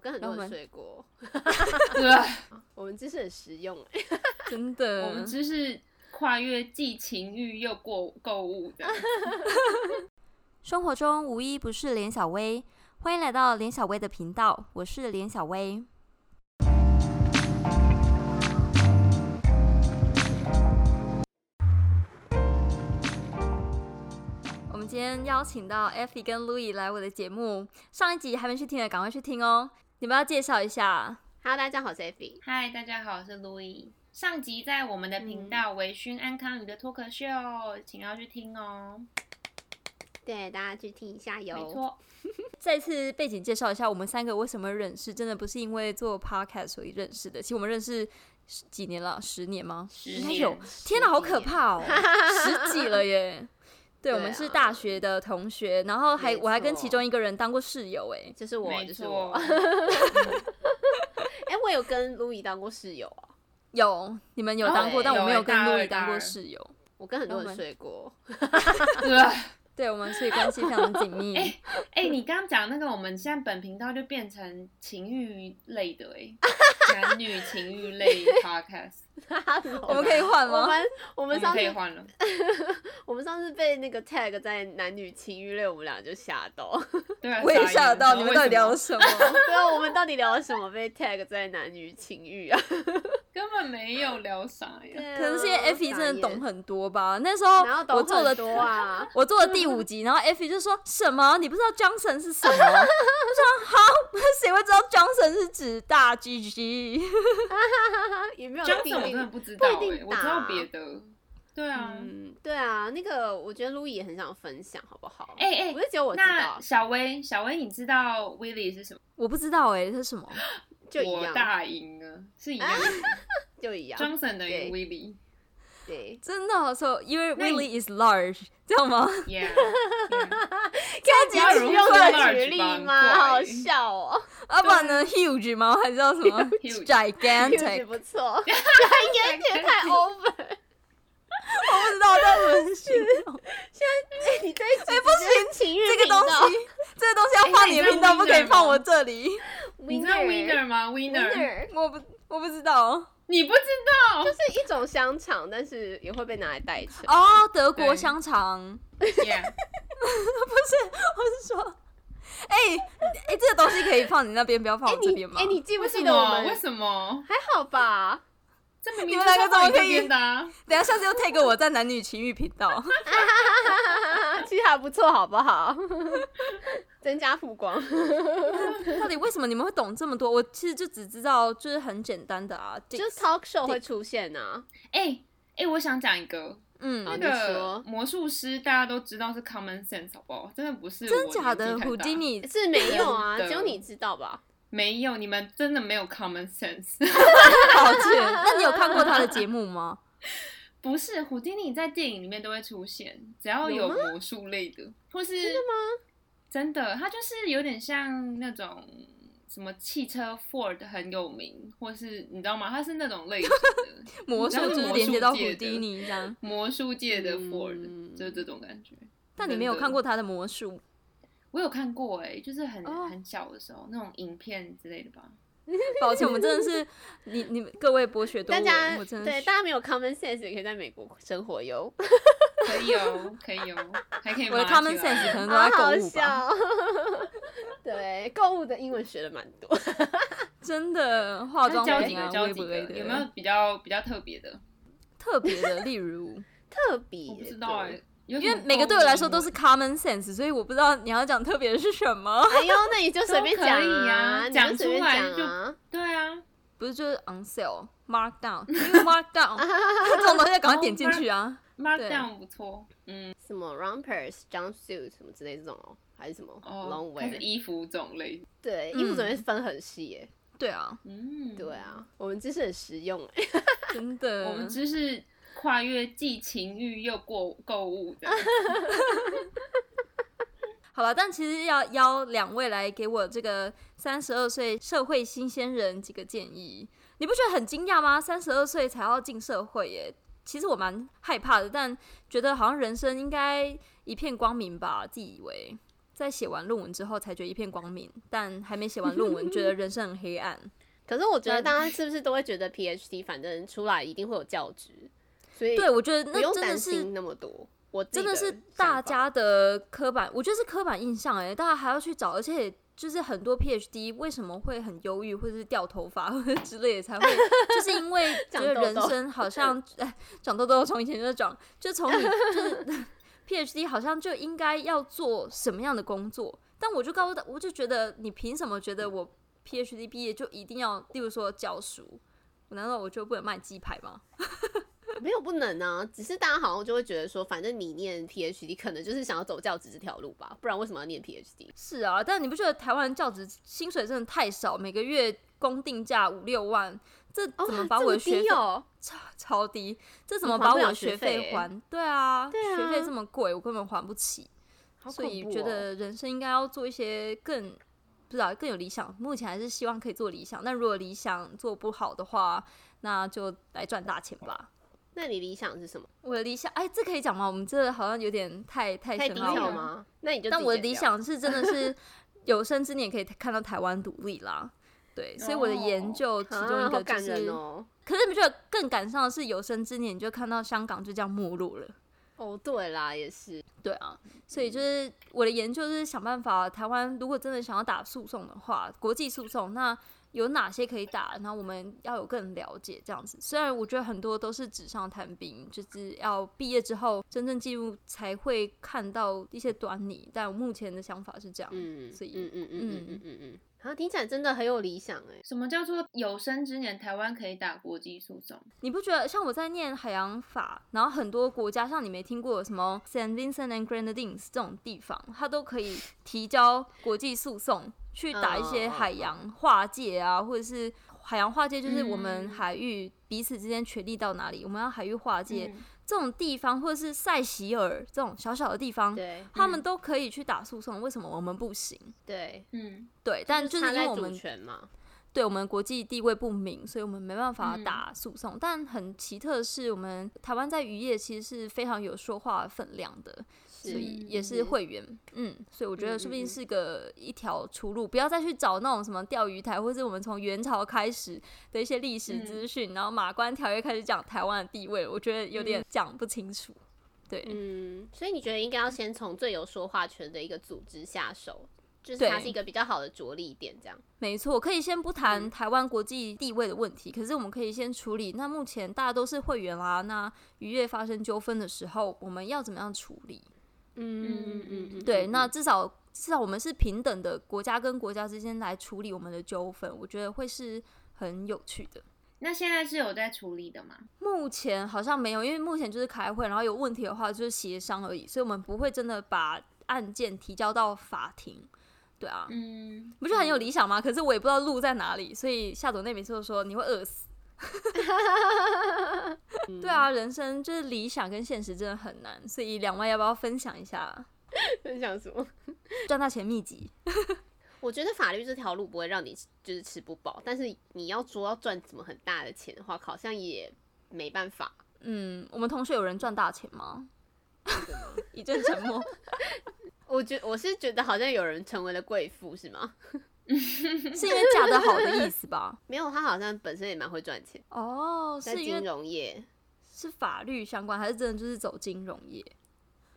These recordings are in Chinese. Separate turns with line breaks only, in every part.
跟很多
然后我
人
们
睡过，
对，
我们知识很实用哎、
真的，
我们只是跨越既情欲又过购物 的。
生活中无一不是连小薇，欢迎来到连小薇的频道，我是连小薇。我们今天邀请到 Effie 跟 Louis 来我的节目，上一集还没去听的赶快去听哦。你们要介绍一下，
Hello，大家好，我是 Effie。
嗨，大家好，我是 Louis。上集在我们的频
嗯
道《微醺安康鱼》的脱口秀，请要去听哦。
对，大家去听一下
没
哟。
错，
再次背景介绍一下，我们三个为什么认识，真的不是因为做 podcast 所以认识的，其实我们认识十几年了，十年吗？
十
应该
年
有，天哪，好可怕 哦，十几了耶！
对
对，
啊
我们是大学的同学，然后还
没错
我还跟其中一个人当过室友，哎，
就是我，
没
就是我
错。。
哎、我有跟 Louis 当过室友啊，
有你们有当过，
哦
但我没
有
有
欸
跟
大
路
二
易当
大
过
二
室友。
我跟很多
那
人
我们
睡过。
对，
对，我们所以关系非常紧 密。
哎、你刚刚讲那个，我们现在本频道就变成情欲类的 哎、男女情欲类 podcast，
我
我
们可以换
我
吗？
们 我
我
们
们
上
可以
次
换了。
我们上次被那个 tag 在男女情欲类，我们俩就吓 到。
对啊，
我也
傻眼
吓到，你们到底聊
为
了
什么
什么？
对啊，我们到底聊了什么被 tag 在男女情欲 啊？
根本没有聊啥呀。
可能是因为 Effie 真的懂
很，
很多吧。那时候
然后
我
懂
做了
很多 啊。
我做了第五集，然后 Effie 就说什么你不知道 Johnson 是什么？我 说好，谁会知道 Johnson 是指大 G G？
也没有
江
定
总我真的
定。
不知道
不一定
哎、我知道
打
别的。对啊，
嗯，对啊，那个我觉得 Louis 也很想分享，好不好？
哎哎
不是只有我知
那
道，
小薇，小薇，你知道 Willy 是什么？
我不知道哎、这是什么？
就一
我
样，
大赢了，是一样的。
就一样。
Johnson 等
对
于 Willy，
对，
真的、哦、，so 因为
那你
Willie is large，这样吗？
yeah，
看
你要
起
如
用
何
的
large
举例
吧
吗？
怪
好笑哦，
啊，不然呢，huge 吗？还是叫什 么
确
Huge
gigantic？
不错，感觉也 太哦 over。
我不知道该怎么形容
哎，你这一 集不行，情欲
这个东西， 这个东西要放你的频道，
哎
不
那你知
可
道
以放
winner 吗
我这里。
你知道
winner
Winner 吗
winner
我不，我不知道。
你不知 道
就是一种香肠，但是也会被拿来代称。
哦，德国
对
香肠，
？Yeah，
我是说，哎、哎、这个东西可以放你那边，不要放
哎
我这
你
边吗？
哎你记不
为什
记得我
么？为
们？
什么？
还好 吧？
这明
你
明
们
就
两个
是
怎么
放你
可以
这边的啊。
等一下下次又 take 我在男女情欲频 道。
其实还不错，好不好？ 增加曝光。
到底为什么你们会懂这么多？我其实就只知道就是很简单的啊，
就是
dicks
talk show 会出现啊，
哎哎，我想讲一个，
嗯，
好
那
你
个
说
魔术师大家都知道是 common sense 好不好？真的不是
真
我
假
年
的
纪太
胡
大
迪尼
是没有啊，
真的
只有你知道吧？
没有，你们真的没有 common sense。
抱 歉，那你有看过他的节目吗？
不是，胡迪尼在电影里面都会出现，只要有魔术类的，或是真的吗？真的，他就是有点像那种什么汽车 Ford 很有名，或是你知道吗？他是那种类 型的
魔术
然后
就是
魔术
连接到胡
界的
迪尼这样，
魔术界的 Ford，、
嗯
就是这种感觉。
但你没有
真的
看过他的魔术，
我有看过哎、就是很、
哦
很小的时候那种影片之类的吧。
抱歉，我们真的是你你们各位博学多
大
闻
家，
我真的
对
是
大家没有 common sense 也可以在美国生活哟，
可以哦，可以哦，还可以
我的
骂
common
起来
sense 可 能都
好
在
好
购物吧，
笑。对，购物的英文学的蛮多。
真的化
那
妆
教几
品
个
啊，
教
微
几
博
个
类的，
有没有比较比较特别的？
特别的？例如，
特别，
我不知道哎、
欸
对
因
因为每个对我来说都
哦
是 common sense，所以我不知道你要讲特别的是什么，
哎呦，那你就随便讲
都可以啊
你就
讲
随
出
便
来
讲啊。
对啊，
不是就是 on sale markdown you markdown 这种东西要赶快点进去啊。
Markdown 不错，嗯，
什么 rompers、jumpsuit 什么之类这种哦，还是什么 long
哦，它是
wear？
衣服种类，
对，
嗯
衣服总会分很细耶。
对啊，
嗯，
对，啊，嗯我们知识很实用哎。
真的。
我们只是跨越既情欲又过购物 的，
好了，但其实要邀两位来给我这个三十二岁社会新鲜人几个建议，你不觉得很惊讶吗？三十二岁才要进社会耶，其实我蛮害怕的，但觉得好像人生应该一片光明吧，自以为。在写完论文之后才觉得一片光明，但还没写完论文，觉得人生很黑暗。
可是我觉得大家是不是都会觉得 PhD 反正出来一定会有教职，所以
对，我觉得
不
那
用
真
担
的是
心那么多。我自己
真的是
想
大
法
家的刻板，我觉得是刻板印象哎、大家还要去找，而且就是很多 PhD 为什么会很忧郁，或者是掉头发或者之类的，才会就是因为 觉
长
得
痘
人
痘
生好像哎长痘痘，从以前就长，就从你就是 PhD 好像就应该要做什么样的工作，但我就告诉他，我就觉得你凭什么觉得我 PhD 毕业就一定要，例如说教书，我难道我就不能卖鸡排吗？
没有不能啊，只是大家好像就会觉得说，反正你念 PhD 可能就是想要走教职这条路吧，不然为什么要念 PhD？
是啊，但你不觉得台湾教职薪水真的太少，每个月工定价五六万，这
哦，
怎么把我的学
这么低
费、
哦？
超低？这怎
你
么
还
把
不
我
了
的
学
学
费
费
欸
还？对啊，
对
学
啊
费这么贵，我根本还不起，
好
所以
恐怖
觉
哦
得人生应该要做一些更不知道更有理想。目前还是希望可以做理想，但如果理想做不好的话，那就来赚大钱吧。
那你理想是什么？
我的理想，哎，这可以讲吗？我们这好像有点太太
太
深
低
奥
调
了
了
吗？那你就
但
自己
我的
剪
理
掉
想是真的 是有生之年可以看到台湾独立啦。对，所以我的研究其中
啊
一
好
个就
感
是，
人哦。
可是你不觉得更赶上的是有生之年你就看到香港就这样没落了？
哦，对啦，也是，
对啊，
嗯
所以就是我的研究就是想办法，台湾如果真的想要打诉讼的话，国际诉讼那有哪些可以打？然后我们要有更了解这样子。虽然我觉得很多都是纸上谈兵，就是要毕业之后真正进入才会看到一些端倪，但我目前的想法是这样。
嗯，
所以
嗯嗯嗯嗯嗯嗯嗯，啊，听起来真的很有理想哎。
什么叫做有生之年台湾可以打国际诉讼？
你不觉得像我在念海洋法，然后很多国家像你没听过有什么 Saint Vincent and Grenadines 这种地方，它都可以提交国际诉讼去打一些
嗯嗯嗯
海洋划界啊，或者是海洋划界就是我们
嗯
海域彼此之间权利到哪里，我们要海域划界、
嗯
这种地方，或者是塞西尔这种小小的地方，
对嗯
他们都可以去打诉讼，为什么我们不行？
对，
嗯，
对， 但就是
他
因为
在
我
主
们
权嘛，
对我们国际地位不明，所以我们没办
嗯
法打诉讼。但很奇特的是，我们台湾在渔业其实是非常有说话分量的，
所
所以也是会员。嗯，所以我觉得说
嗯
不
嗯
定
嗯
是个一条出路，不要再去找那种什么钓鱼台，或是我们从元朝开始的一些历史
嗯
资讯，然后马关条约开始讲台湾的地位，我觉得有点讲不清楚。对，
嗯，所以你觉得应该要先从最有说话权的一个组织下手，就是
对
它是一个比较好的着力点，这样。
没错，可以先不谈
嗯
台湾国际地位的问题，可是我们可以先处理。那目前大家都是会员啦，那渔业发生纠纷的时候，我们要怎么样处理？
嗯嗯嗯，
对， 那至少至少我们是平等的，国家跟国家之间来处理我们的纠纷，我觉得会是很有趣的。
那现在是有在处理的吗？
目前好像没有，因为目前就是开会，然后有问题的话就是协商而已，所以我们不会真的把案件提交到法庭。对啊，
嗯，
不是很有理想吗？可是我也不知道路在哪里，所以夏佐内每次都说你会饿 死。对啊，人生就是理想跟现实真的很难，所以两位要不要分享一下
分享什么？
赚大钱秘籍？
我觉得法律这条路不会让你就是吃不饱，但是你要说要赚什么很大的钱的话，好像也没办法。
嗯，我们同学有人赚大钱吗？一阵沉默。
我觉我是觉得好像有人成为了贵妇是吗？
是因为嫁得好的意思吧？
没有，他好像本身也蛮会赚钱，
哦，
在
是因
金
为
融业。
是法律相关，还是真的就是走金融业？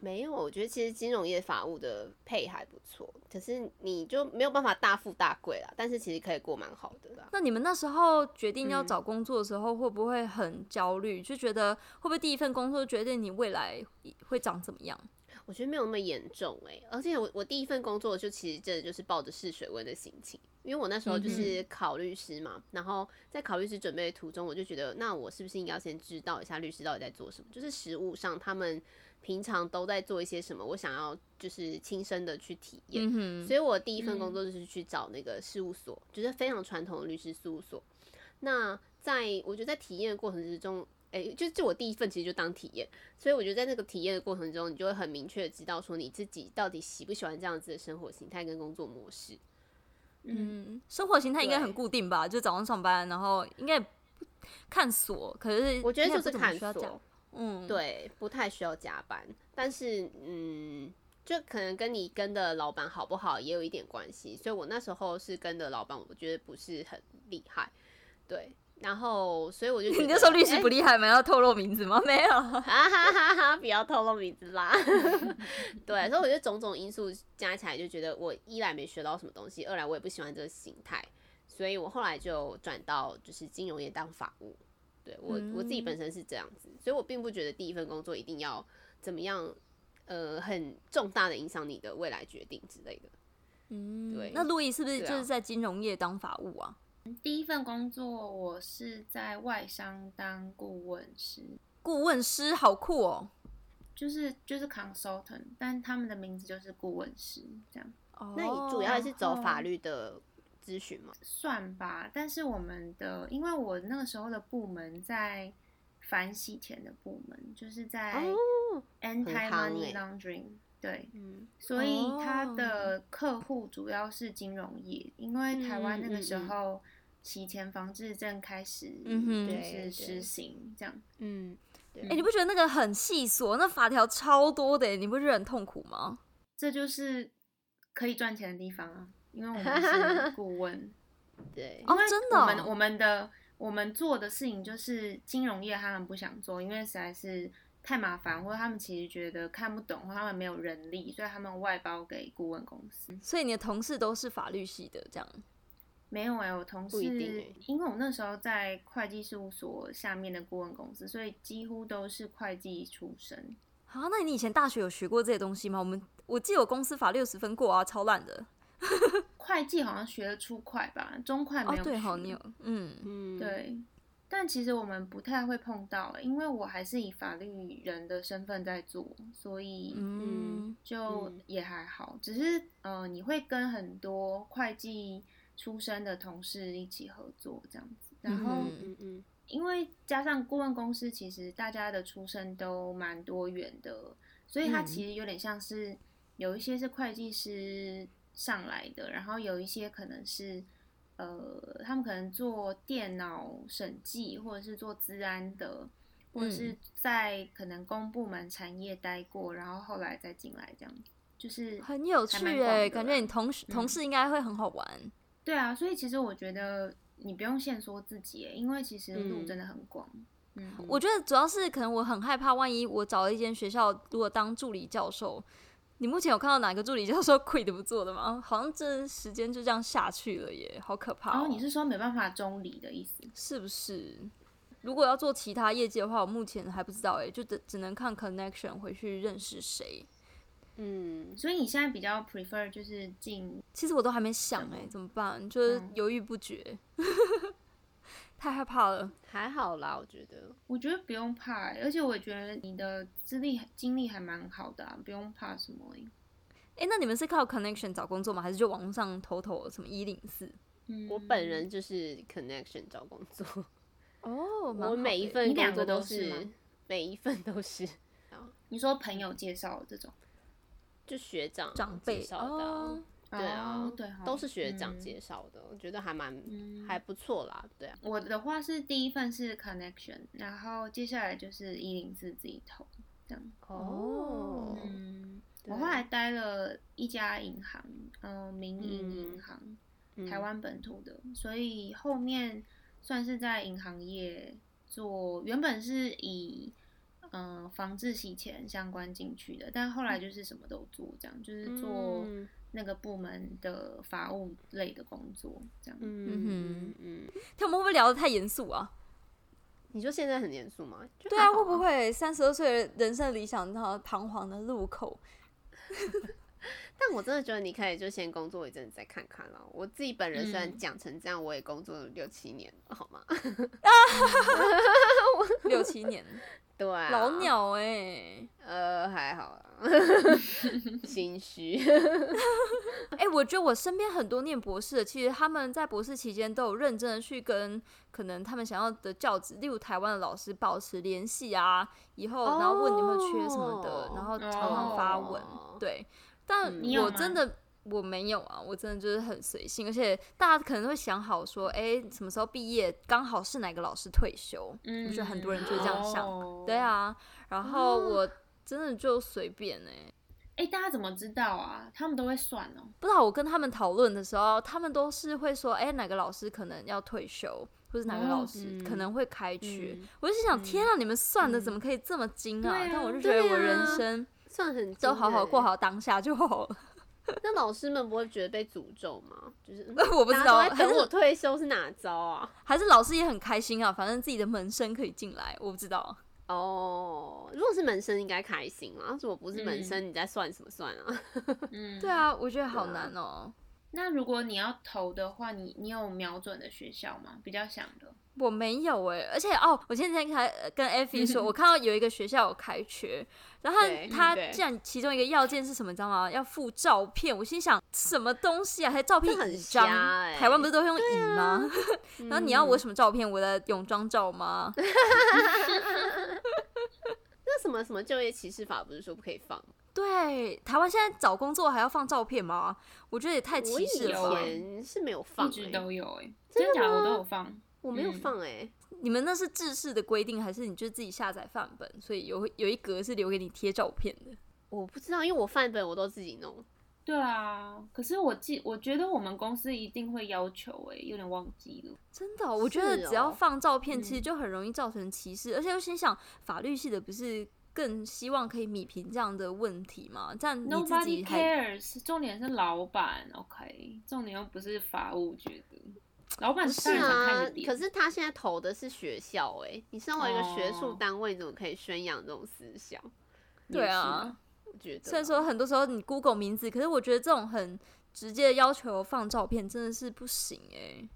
没有，我觉得其实金融业法务的配还不错，可是你就没有办法大富大贵啦。但是其实可以过蛮好的啦。
那你们那时候决定要
嗯
找工作的时候，会不会很焦虑？就觉得会不会第一份工作决定你未来会长怎么样？
我觉得没有那么严重哎、而且我我第一份工作就其实真的就是抱着试水温的心情，因为我那时候就是考律师嘛，然后在考律师准备的途中，我就觉得那我是不是应该要先知道一下律师到底在做什么，就是实务上他们平常都在做一些什么，我想要就是亲身的去体验。
嗯哼，
所以我第一份工作就是去找那个事务所，就是非常传统的律师事务所。那在我觉得在体验的过程之中，哎、就就我第一份其实就当体验，所以我觉得在那个体验的过程中，你就会很明确的知道说你自己到底喜不喜欢这样子的生活形态跟工作模式。
嗯，生活形态应该很
对
固定吧？就早上上班，然后应该也不看锁，可是
我觉得
应
就
该
是
不怎么
看
需要
锁
加，嗯，，
对，不太需要加班，但是嗯，就可能跟你跟的老板好不好也有一点关系，所以我那时候是跟的老板，我觉得不是很厉害，对，然后所以我就觉得
你就说律师
哎
不厉害吗？要透露名字吗？ 没 有。
哈哈哈哈！不要透露名字啦。对，所以我觉得种种因素加起来，就觉得我一来没学到什么东西，二来我也不喜欢这个形态，所以我后来就转到就是金融业当法务。对我我自己本身是这样子，所以我并不觉得第一份工作一定要怎么样，呃，很重大的影响你的未来决定之类的。
嗯，
对
那路易是不是
对啊
就是在金融业当法务啊？
第一份工作我是在外商当顾问师，
顾问师好酷哦。
就是就是 consultant，但他们的名字就是顾问师这样
那你主要
哦
是走法律的咨询吗？
算吧。但是我们的，因为我那个时候的部门在反洗钱的部门，就是在
哦，
anti
很
money
夯欸
laundering，对，
嗯，哦
所以他的客户主要是金融业，因为台
嗯
湾那个时候洗钱防治正开始
嗯哼
就是
对
施
对
行这样。
嗯，
哎、你不觉得那个很细琐，那法条超多的耶，你不觉得很痛苦吗？
这就是可以赚钱的地方啊，因为我们是顾问，
对，
哦
因为
真的哦
我们我们的我们做的事情就是金融业，他们不想做，因为实在是太麻烦，或者他们其实觉得看不懂，或他们没有人力，所以他们外包给顾问公司。
所以你的同事都是法律系的，这样
没有哎、我同事
不一定欸
因为我那时候在会计事务所下面的顾问公司，所以几乎都是会计出身。
啊？那你以前大学有学过这些东西吗？我们我记得我公司法六十分过啊，超烂的。
会计好像学了初会吧，中会
哦
没有，
对，好
学
你有，嗯，
嗯，，
对，但其实我们不太会碰到、欸，因为我还是以法律人的身份在做，所以
嗯，
就
嗯
也还好。只是呃，你会跟很多会计出身的同事一起合作这样子，然后
嗯
嗯嗯。
因为加上顾问公司，其实大家的出身都蛮多元的，所以它
嗯
其实有点像是有一些是会计师上来的，然后有一些可能是呃，他们可能做电脑审计，或者是做资安的，或者
嗯
是在可能公部门产业待过，然后后来再进来这样，就是
很有
还
趣
蛮广
哎，
的
感
啦
觉你同事、同
嗯
事应该会很好玩。
对啊，所以其实我觉得你不用限缩自己耶，欸因为其实路
嗯
真的很广。嗯
我觉得主要是可能我很害怕，万一我找了一间学校，如果当助理教授，你目前有看到哪个助理教授 quit 不做的吗？好像这时间就这样下去了耶，好可怕、
然
哦
后你是说没办法中离的意思？
是不是？如果要做其他业界的话，我目前还不知道哎、就只只能看 connection 回去认识谁。
嗯，
所以你现在比较 prefer 就是进，
其实我都还没想哎、怎么办？就是犹豫不决， 太害怕了。
还好啦，我觉得。
我觉得不用怕、欸而且我觉得你的资历经历还蛮好的、啊，不用怕什么、欸。
哎、那你们是靠 connection 找工作吗？还是就网络上投投什么一零四？
嗯，
我本人就是 connection 找工作，
哦，蛮
我
好
每
的
一
欸
份
你两
工作
个都是
是
吗，
每一份都是
你说朋友介绍这种，
就学长
长
介
辈
绍的啊
哦，
对啊
哦、对哦，
都是学长
嗯
介绍的，我觉得还蛮
嗯
还不错啦，对啊，
我的话是第一份是 connection，然后接下来就是一零四自己投这样。
哦
嗯，
对
我后来待了一家银行，嗯、民营银
嗯
行。
嗯
台湾本土的，所以后面算是在银行业做，原本是以嗯、呃防治洗钱相关进去的，但后
嗯
来就是什么都做，这样就是做
嗯
那个部门的法务类的工作，这样。
嗯嗯嗯，
他们会不会聊得太严肃啊？
你说现在很严肃吗？就
对
还
啊，
好
会不？会三十二岁的人生理想，然后彷徨的路口？
但我真的觉得你可以就先工作一阵子再看看啦。我自己本人虽然
嗯
讲成这样，我也工作了六七年了，好吗？
六七年，
对啊，
老鸟哎、
呃，还好啦， 心虚。
哎、我觉得我身边很多念博士的，其实他们在博士期间都有认真的去跟可能他们想要的教职，例如台湾的老师保持联系啊，以后然后问你有没有缺什么的，
哦
然后常常发文。
哦
对，但
嗯
你有
我
吗
真的。我没有啊，我真的就是很随性，而且大家可能会想好说，哎、什么时候毕业，刚好是哪个老师退休，啊
嗯
我觉得很多人就这样想
哦
对，啊，然后我真的就随便哎、
哎，大家怎么知道啊？他们都会算 哦。
不知道我跟他们讨论的时候，他们都是会说，哎、哪个老师可能要退休，或是哪个
哦
老师可
嗯
能会开缺。
嗯
我就想，天啊，你们算的
嗯
怎么可以这么精啊？
对啊
但我就觉得
对
我人
啊
生
算很
就
精
好好
欸
过。好当下就好了。
那老师们不会觉得被诅咒吗？就是嗯
我不知道
大家都在 等我退休是哪招啊？
还是老师也很开心啊，反正自己的门生可以进来，我不知道。
哦，如果是门生应该开心啦，如果不是门
嗯
生，你在算什么算啊？
嗯，
对。啊，我觉得好
对啊
难哦、
那如果你要投的话，你你有瞄准的学校吗？比较想的。
我没有哎、而且哦，我现在开呃跟 Effie 说，我看到有一个学校有开缺，然后
对嗯
他
对
竟然其中一个要件是什么，你知道吗？要附照片。我心想什么东西啊，还照片
这很
影
瞎
张？
欸啊
台湾不是都会用影吗？ 然后你要我
嗯
什么照片？我的泳装照吗？
那什么什么就业歧视法不是说不可以放吗？
对，台湾现在找工作还要放照片吗？我觉得也太
我
歧
以
视了吧。
有欸
前是没有放
一直
欸，
都有哎、真的假的？我都有放。
我没有
嗯
放哎，
你们那是制式的规定，还是你就自己下载范本？所以有有一格是留给你贴照片的。
我不知道，因为我范本我都自己弄。
对啊，可是我记，我觉得我们公司一定会要求哎、有点忘记了。
真的哦、我觉得
是
只要
哦
放照片，其实
嗯
就很容易造成歧视。而且我心想，法律系的不是更希望可以弭平这样的问题吗？这样你自
Nobody
己还
cares，重点是老板，OK，重点又不是法务，觉得老板
是
当然想看
啊
着，点
可是他现在投的是学校哎，你身为一个学术
哦
单位，你怎么可以宣扬这种思想？
也
对
是
啊，
我觉得
虽然
啦
说很多时候你 Google 名字，可是我觉得这种很直接的要求放照片真的是不行哎、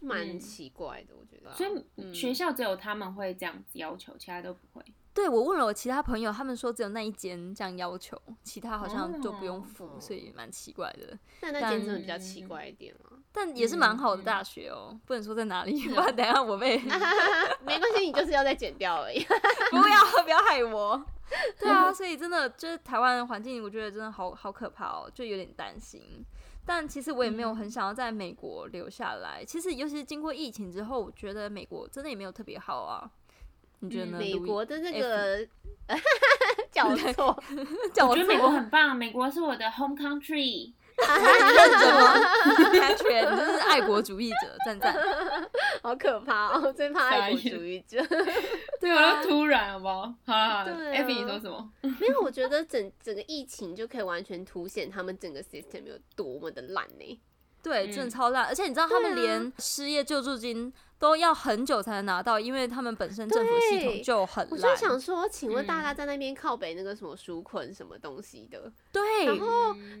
蛮
嗯
奇怪的，我觉得。
所
嗯
以学校只有他们会这样子要求，其他都不会。
对我问了我其他朋友，他们说只有那一间这样要求，其他好像就不用
哦
付，所以蛮奇怪的。
但那间真的比较
但
奇怪一点 啊。
但也是蛮好的
嗯嗯
大学哦、不能说在哪里，
是
不
啊
然等一下我被
没关系，你就是要再剪掉而已。
不要不要害我。对啊，所以真的就是台湾的环境，我觉得真的好好可怕哦、就有点担心。但其实我也没有很想要在美国留下来。其实尤其是经过疫情之后，我觉得美国真的也没有特别好啊。你觉得呢？
嗯
美
Louis？
国的那 个叫错， 哦
叫
我
我
觉得美国很棒，美国是我的 home country。
认真 吗？Patrick，你真是爱国主义者，赞赞。
好可怕哦！最怕爱国
傻眼
主义 者。
对啊，突然好不好？好了好了
对啊
，Abby 你说什么？
没有，我觉得整整个疫情就可以完全凸显他们整个 system 有多么的烂欸呢、
对，
嗯
真的超烂，而且你知道他们连失业救助金都要很久才能拿到，因为他们本身政府系统
对
就很
我就
烂。
想说，请问
嗯
大家在那边靠北那个什么纾困什么东西的，
对
然后
嗯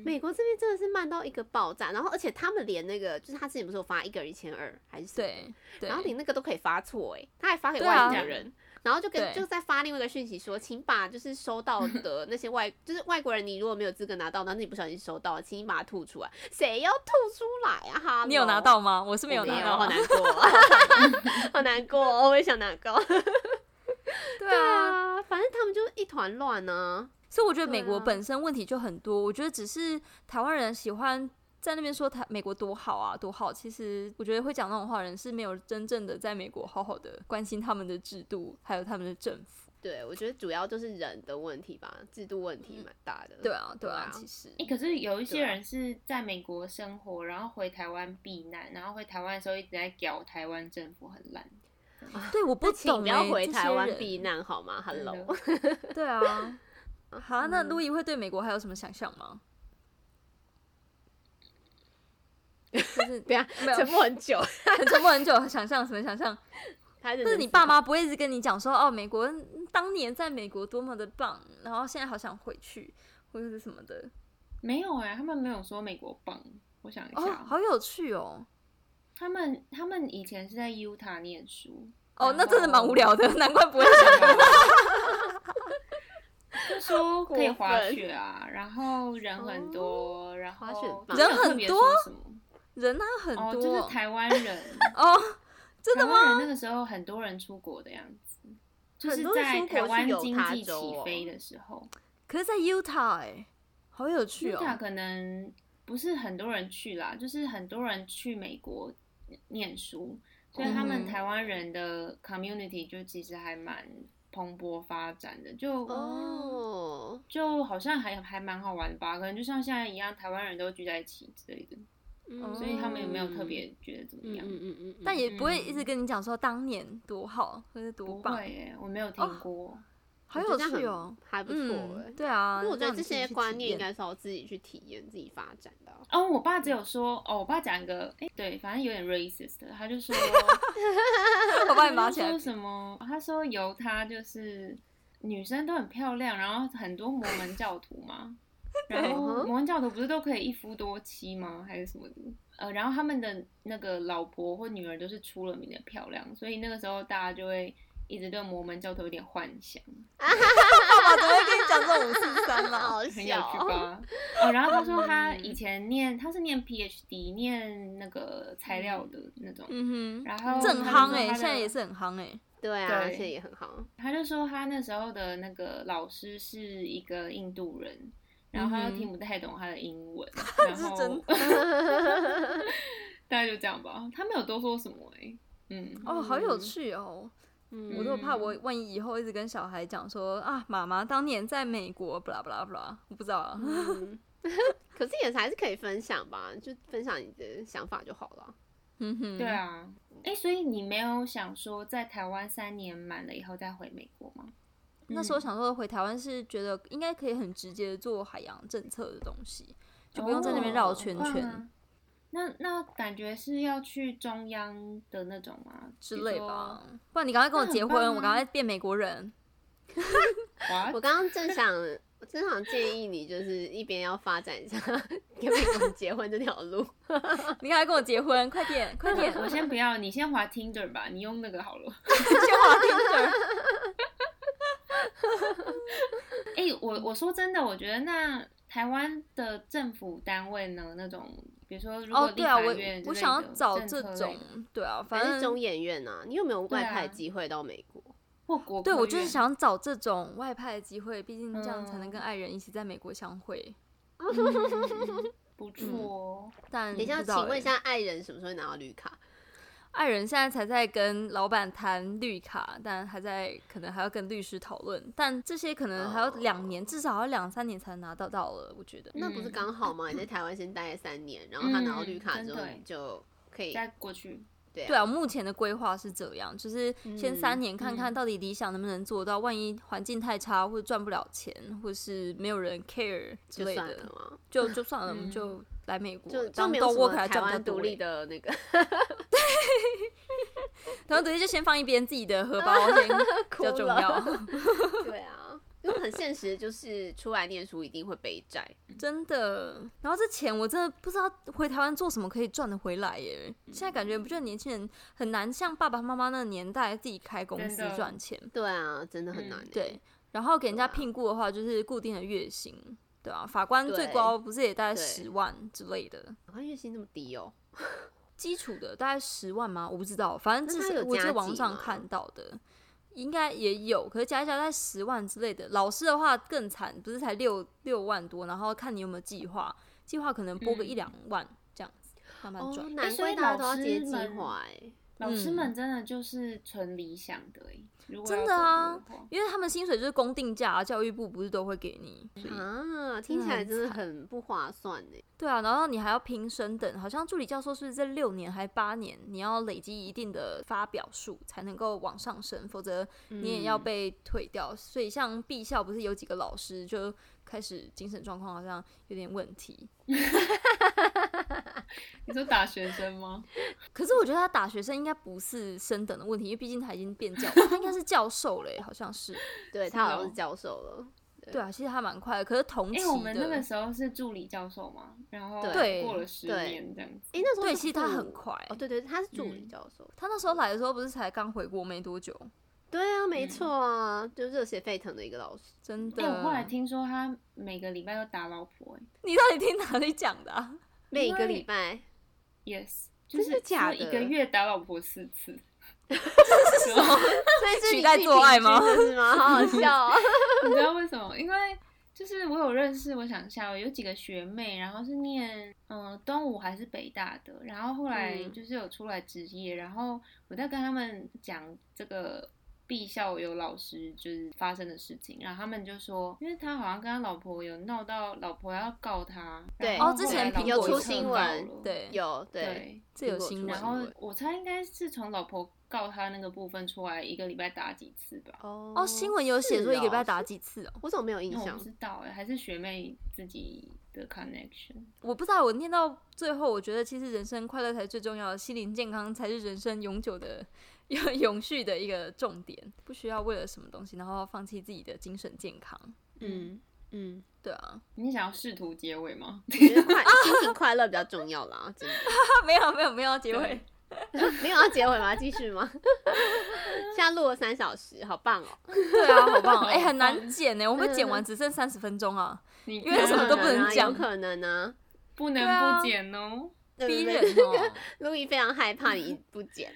哦美国这边真的是慢到一个爆炸，然后而且他们连那个就是他之前不是有发一个人一千二还是什么
对对，
然后你那个都可以发错哎、他还发给
对啊
外国人，然后就跟
对
就再发另外一个讯息说，请把就是收到的那些外就是外国人，你如果没有资格拿到，那你不小心收到了，请你把它吐出来。谁要吐出来啊？哈，
你有拿？到吗？我是
我
没
没
有拿到
好
啊，
难过，好难过， 我也想拿到。
对啊，
啊，反正他们就一团乱呢、
所以我觉得美
对
国
啊
本身问题就很多，我觉得只是台湾人喜欢。在那边说台美国多好啊，多好！其实我觉得会讲那种话的人是没有真正的在美国好好的关心他们的制度，还有他们的政府。
对，我觉得主要就是人的问题吧，制度问题蛮大的。
嗯对啊，对
对啊
啊，其实
哎、可是有一些
对啊
人是在美国生活，然后回台湾避难，然后回台湾的时候一直在屌台湾政府很烂。
对我不
那请
懂
不
哎、
要
欸，
回
这
台
些
湾
人
避难好吗
真的
？Hello，
对 啊，好，那
嗯
路易会对美国还有什么想象 吗？就是
不要
没有
沉默很久，
很沉默很久，想象什么想象？
他就
就是你爸妈不会一直跟你讲说，哦，美国当年在美国多么的棒，然后现在好想回去，或者是什么的。
没有哎、他们没有说美国棒。我想一下
哦，
哦，
好有趣哦。
他们他们以前是在 Utah 念书。
哦，
然
那真的蛮
后
无聊的， 难怪不 会想。
就说可以
过
滑
分
雪啊，然后人很
哦
多，然后
滑雪棒
真的
人
有特
很
别
多
说什么
人啊，很
哦，
多
就是台湾人，
哦，真
台
的
湾人那个时候很多人出国的样子，就
很
是
多人出
在
国
台
去
湾
犹
经
他
济
州
起
哦
飞的时候，
可是在 Utah 哎、好有趣
那
哦。
大可能不是很多人去啦，就是很多人去美国念书，所以他
嗯
们台湾人的 community 就其实还蛮蓬勃发展的，就
哦，
就好像还还蛮好玩的吧，可能就像现在一样，台湾人都聚在一起之类的，
嗯
所以他们也没有特别觉得怎么
嗯
样。
嗯嗯嗯，
但也不会
嗯
一直跟你讲说当年多好或者多
不
棒，
会耶，我没有
哦
听过。
好
我
有
觉得这
趣
样
哦。
很还不错哎
嗯，。对啊，
因为我觉
让
得
你
这
自己
些
去
观
体
念应
验
该是要自己去体验、自己发展的啊、
哦，我爸只有说，哦，我爸讲一个，哎，对，反正有点 racist，的他 就说，
我帮
他
你拿
就
起来
说。什么？他说犹他就是女生都很漂亮，然后很多摩门教徒 嘛，然
嗯
后
对
摩门教徒不是都可以一夫多妻吗？还是什么的？呃，然后他们的那个老婆或女儿都是出了名的漂亮，所以那个时候大家就会一直对摩门教徒有点幻想，
爸爸怎么会跟你讲这种五四三啦？
好
很有趣
笑，
吧？哦，然后他 说他以前念他是念 PhD，念那个材料的那种，
嗯
然
哼，
后
这很夯哎、
哎、
现在也是很夯哎、
对啊，
对
这也很好。
他就说他那时候的那个老师是一个印度人，然后
嗯
他又
哼
听不太懂他的 英文，然
是
后
真
大概就这样吧。他没有多说什么哎、嗯，
哦，好有
嗯
趣哦！
嗯，
我都怕我万一以后一直跟小孩讲说啊，妈妈当年在美国，不啦不啦不啦，我不知道啊。
嗯 可是也还是可以分享吧，就分享你的想法就好了。
嗯哼，
对，啊，哎、所以你没有想说在台湾三年满了以后再回美国吗？
那
嗯
时候想说回台湾是觉得应该可以很直接地做海洋政策的东西，就不用在那边绕圈
哦
圈。
哇那那感觉是要去中央的那种吗？
之
比如
类
说
吧，不然你赶快跟我
那很
结
棒
婚，我赶
啊
快变美国人。
哇
我刚刚正想，我正想建议你，就是一边要发展一下跟美国结婚这条路。
你赶快跟我结婚，快点快点！
我先不要，你先滑 Tinder 吧，你用那个好了。
先滑 Tinder。
哎、我我说真的，我觉得那台湾的政府单位呢，那种比如说 如果
哦，
立
对啊，
法
我
院之
我
类
想
的
要找
政
这
策类
种
的，
对啊，
还
反
是中
正
研院啊，你有没有外派
对啊
机会到美国？
或国
对
科
我就是
院
想找这种外派的机会，毕竟这样才能
嗯
跟爱人一起在美国相会。
嗯不错哦、
但
等一
不
下，
知道
请问
欸
一，下，爱人什么时候会拿到绿卡？
爱人现在才在跟老板谈绿卡，但还在可能还要跟律师讨论，但这些可能还要两年，至少要两三年才能拿到到了，我觉得。
哦那不是
嗯
刚好吗？你在台湾先待了三年，然后他拿到绿卡之
嗯真
后，
的欸
你就可以
再过去，
对
对啊，我目前的规划是这样，就是先三
嗯
年看看
嗯
到底理想能不能做到，万一环境太差或者赚不了钱，或是没有人 care 之
就
类
算
的
了，嘛，
就就算了，我们
嗯
就来美国，
就就
当
没有
dog
什
worker
么
还
台
赚比较
湾
多
独立
嘞，
的那个。
然后独立就先放一边，自己的荷包 先比较重要，
对啊，因为很现实，就是出来念书一定会背债。
真的。然后这钱我真的不知道回台湾做什么可以赚得回来耶，现在感觉不就年轻人很难像爸爸妈妈那个年代自己开公
真
司
的
赚钱。
对啊，真的很
嗯
难欸、
对，然后给人家
对啊
聘雇的话，就是固定的月薪，对啊，法官最
对
高不是也大概
对
十万之类的，
好像月薪那么低哦、
基础的大概十万吗？我不知道，反正
那
至
他
少
有
我
加
在网
级
上
吗
看到的，应该也有，可是加一加在十万之类的。老师的话更惨，不是才六六万多，然后看你有没有计划，计划可能拨个一
嗯
两万、这样子，慢慢
哦，
赚。
难
所
怪
以
大家
老
都要接
师
计
们
划哎。
老师
嗯
们真的就是纯理想的哎、如果
真
要
的
走路
啊
的话
因为他们薪水就是公定价、啊，教育部不是都会给你，所以
啊，听
真的
起来
很
真的
惨
很不划算哎。
对啊，然后你还要评升等，好像助理教授是这六年还八年，你要累积一定的发表数才能够往上升，否则你也要
嗯
被退掉。所以像毕校不是有几个老师就开始精神状况好像有点问题，
你说打学生 吗？
可是我觉得他打学生应该不是升等的问题，因为毕竟他已经变教，他应该是教授嘞，好像 是。
对
是
他好像
哦
是教授了，
对啊，其实他蛮快的，可是同
哎、
期
我们那
的
个，时候是助理教授嘛，然后
对
过了十
对
年这样子。
哎、那时候
对，
是
其实他
副
很快。
哦，对对，他是助理
嗯
教授。
他那时候来的时候不是才刚回国没多久，
对啊，没
嗯
错啊，就热血沸腾的一个老师。
真的。
哎、我后来听说他每个礼拜都打老婆、哎
你到底听哪里讲的、啊？
每一个礼
为
拜
欸 Yes，
真
就是
的假
说一
的
个月打老婆四次，
所以是
取
你
代
自己
做
平
爱
均
吗
的是吗？好好笑、哦。
你知道为什么？因为就是我有认识，我想一下哦，有几个学妹，然后是念嗯、呃东吴还是北大的，然后后来
嗯
就是有出来职业，然后我在跟他们讲这个毕校友老师就是发生的事情，然后他们就说，因为他好像跟他老婆有闹到，老婆要告他，
对
然后
哦之前
后来
苹
老婆
果
有出
撤
新
告
闻
了
对
有对，
对，
这有
苹果
新
出
闻
然
来
后我猜应该是从老婆告他那个部分出来，一个礼拜打几次吧。
哦
哦，新闻有写
是
说一个礼拜
哦
打
是
几次哦，
我怎么没有印
那我
象
不？知道哎、还是学妹自己的 connection。
我不知道。我念到最后，我觉得其实人生快乐才是最重要的，心灵健康才是人生永久的、永 永续的一个重点，不需要为了什么东西然后放弃自己的精神健康。
嗯嗯，
对啊，
你想要试图结尾吗？
我觉得快心情快乐比较重要啦，真的。
啊， 没有没有没有结尾
对，
没有要结尾吗？继续吗？ 现在录了三小时，好棒哦！
对 啊，好棒哦！哎、
好
很难
棒
剪呢，我们剪完只剩三十分钟啊，
你
因为什么都不
有可
能
啊
讲
有可能呢、
不
对啊
能不剪哦。
对
逼
不
人
对？
哦。
路易非常害怕你不 剪，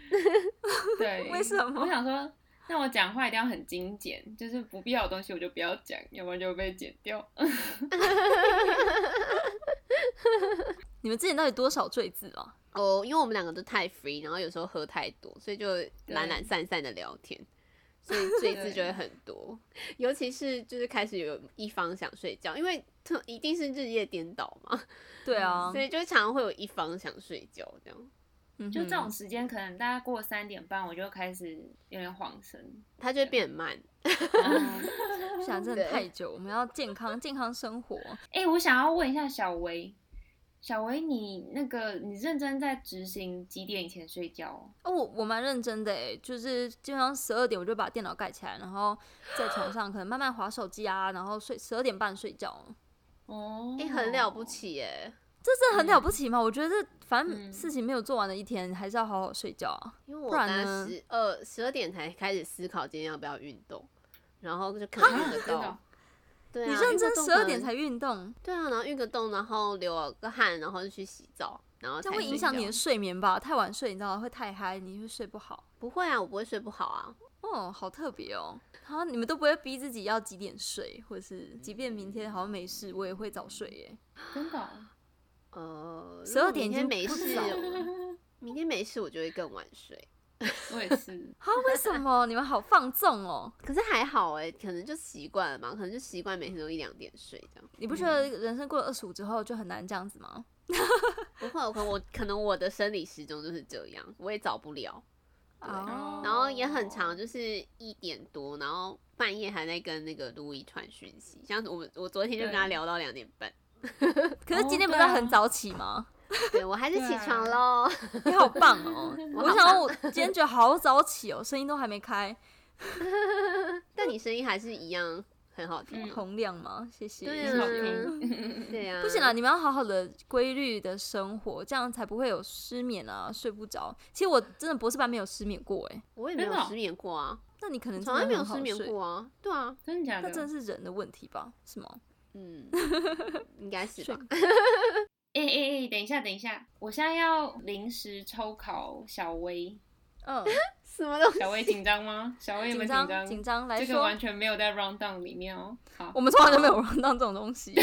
对，
为什么
我想说，那我讲话一定要很精简，就是不必要的东西我就不要讲，要不然就会被剪掉。
你们之前到底多少坠子啊？
哦，因为我们两个都太 free，然后有时候喝太多，所以就懒懒散散的聊天， 所以这一次就会很多。尤其是就是开始有一方想睡觉，因为特一定是日夜颠倒嘛，
对啊
所，以就常常会有一方想睡觉这样。
嗯
就这种
哼
时间，可能大概过三点半，我就开始有点晃 神。嗯
他就会变慢，
想真的
对
太久，我们要健康健康生活。
哎、我想要问一下小维，小维，你那个你认真在执行几点以前睡觉哦？
哦，我我蛮认真的诶，就是基本上十二点我就把电脑盖起来，然后在床上可能慢慢划手机啊，然后睡十二点半睡觉，
哦
哎、很了不。起耶！
这真的很
嗯
了不起吗？我觉得这反正
嗯
事情没有做完的一天，还是要好好睡觉啊。
因为我
不然
大概
呢
十二十二点才开始思考今天要不要运动，然后就可能运个
真的
动
哦。
对啊，
你认真
运个动
十二
可能
点才运动，
对啊，然后运个动，然后流个汗，然后就去洗澡，然后
这
才
样会影
睡
响
觉
你的睡眠吧？太晚睡，你知道会太嗨，你会睡不好。
不会啊，我不会睡不好啊。
哦，好特别哦！啊，你们都不会逼自己要几点睡，或者是即便明天好像没事，我也会早睡耶。
真的哦、
呃，如
12
果
点已
明天
经
没
不
事
早
我，
了
明天没事我就会更晚睡。
我也
。
是
啊，为什么你们好放纵哦？
可是还好哎、可能就习惯了嘛，可能就习惯每天都一两点睡这样。
你不觉得人生过了二十五之后就很难这样子吗？
不会，我可能我可能我的生理时钟就是这样，我也早不了，
哦，
然后也很长，就是一点多，然后半夜还在跟那个路易传讯息，像我们我昨天就跟他
对
聊到两点半，
可是今
哦
天不是
啊
很早起吗？
对我还是起
对啊
床喽。
你好棒哦！
我
我
好
想我今天觉得好早起哦，声音都还 没开，
但你声音还是一样很好听、
嗯
啊，
洪亮吗？谢谢。
对
很好
啊
听，
对 啊，
不行啦，你们要好好的规律的生活，这样才不会有失眠啊，睡不着。其实我真的博士班没有失眠过哎，
我也没
真
有
的哦
失眠过啊，
那你可能
从来没有
真的
失
很好
眠
睡
过啊，对啊，
真的假
那
的？
真的是人的问题吧？是吗？
嗯，应该是吧？
哎哎哎，等一下等一下，我现在要临时抽考 小薇，
嗯，
什么东西？
小薇紧张吗？小薇有没
紧
有紧
张
张？
紧张，来
这个
说
完，全没有在 round down 里面哦。好，
我们从来就没有玩到这种东西。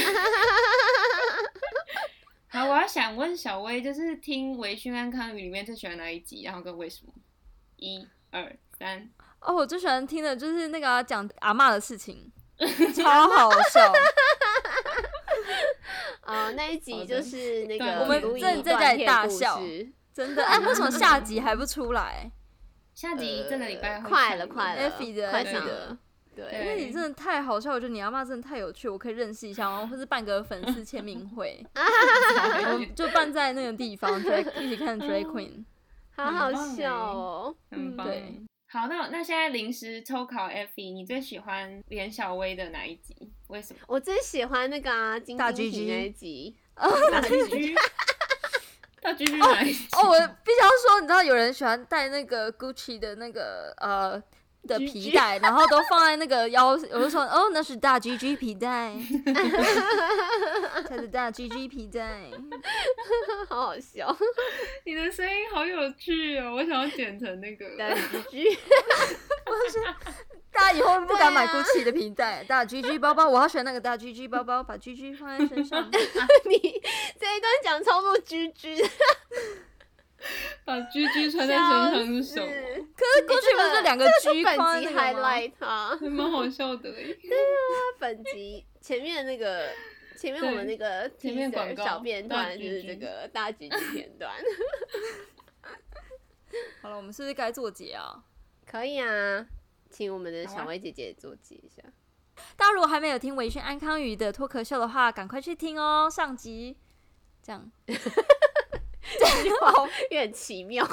好，我要想问小薇，就是听《维讯安康语》里面最喜欢哪一集，然后跟为什么？一二三，
哦，我最喜欢听的就是那个啊讲阿嬷的事情，超好笑。
啊，那一集就是那
对
个
我们
如懿
正在
断片
大
故事
笑真的，哎，为什么下集还不出来？
下集
呃
这个礼拜会
快
上
了，
映
快了
Effie 的
快
Effie
上
的
了，
因
对，
为你真的太好笑，我觉得你阿嬷真的太有趣，我可以认识一下哦，或是办个粉丝签名会，我们就办在那个地方，drag- 一起看 Drag Queen。
好好
很棒
笑
欸
哦。
很
嗯
棒
对。
好，那那现在临时抽考 Effie，你最喜欢连小薇的哪一集？为什么？
我最喜欢那个啊，金
大
晶体
GG
那一集，
大橘橘， 大橘橘哪一集？
哦，我必须要说，你知道有人喜欢戴那个 Gucci 的那个呃的
橘
皮
橘
带，然后都放在那个腰，我就说哦，那是大 GG 皮带， 它是大 GG 皮带。
好好笑，
你的声音好有趣哦，我想要剪成那个。
大 GG，
大家以后不敢买
对啊
Gucci 的皮带，大 GG 包包，我好喜欢那个大 GG 包包，把 GG 放在身上。
你这一段讲超多 GG，的
把 G G 穿在身上是什么？
是
可是过去不是两个 G
本
框
集
那个吗？
highlight 它，
还蛮好笑的欸。
它本集前面那个。前面
对
我们那个
前面
teaser
广告
小片
大
段
橘
就是
橘
这个大橘橘片段，
好了，我们是不是该做结啊？
可以啊，请我们的
好啊
小薇姐姐做记 一下。
大家如果还没有听维轩安康鱼的脱壳秀的话，赶快去听哦，上集。这样，
这句话有点奇妙。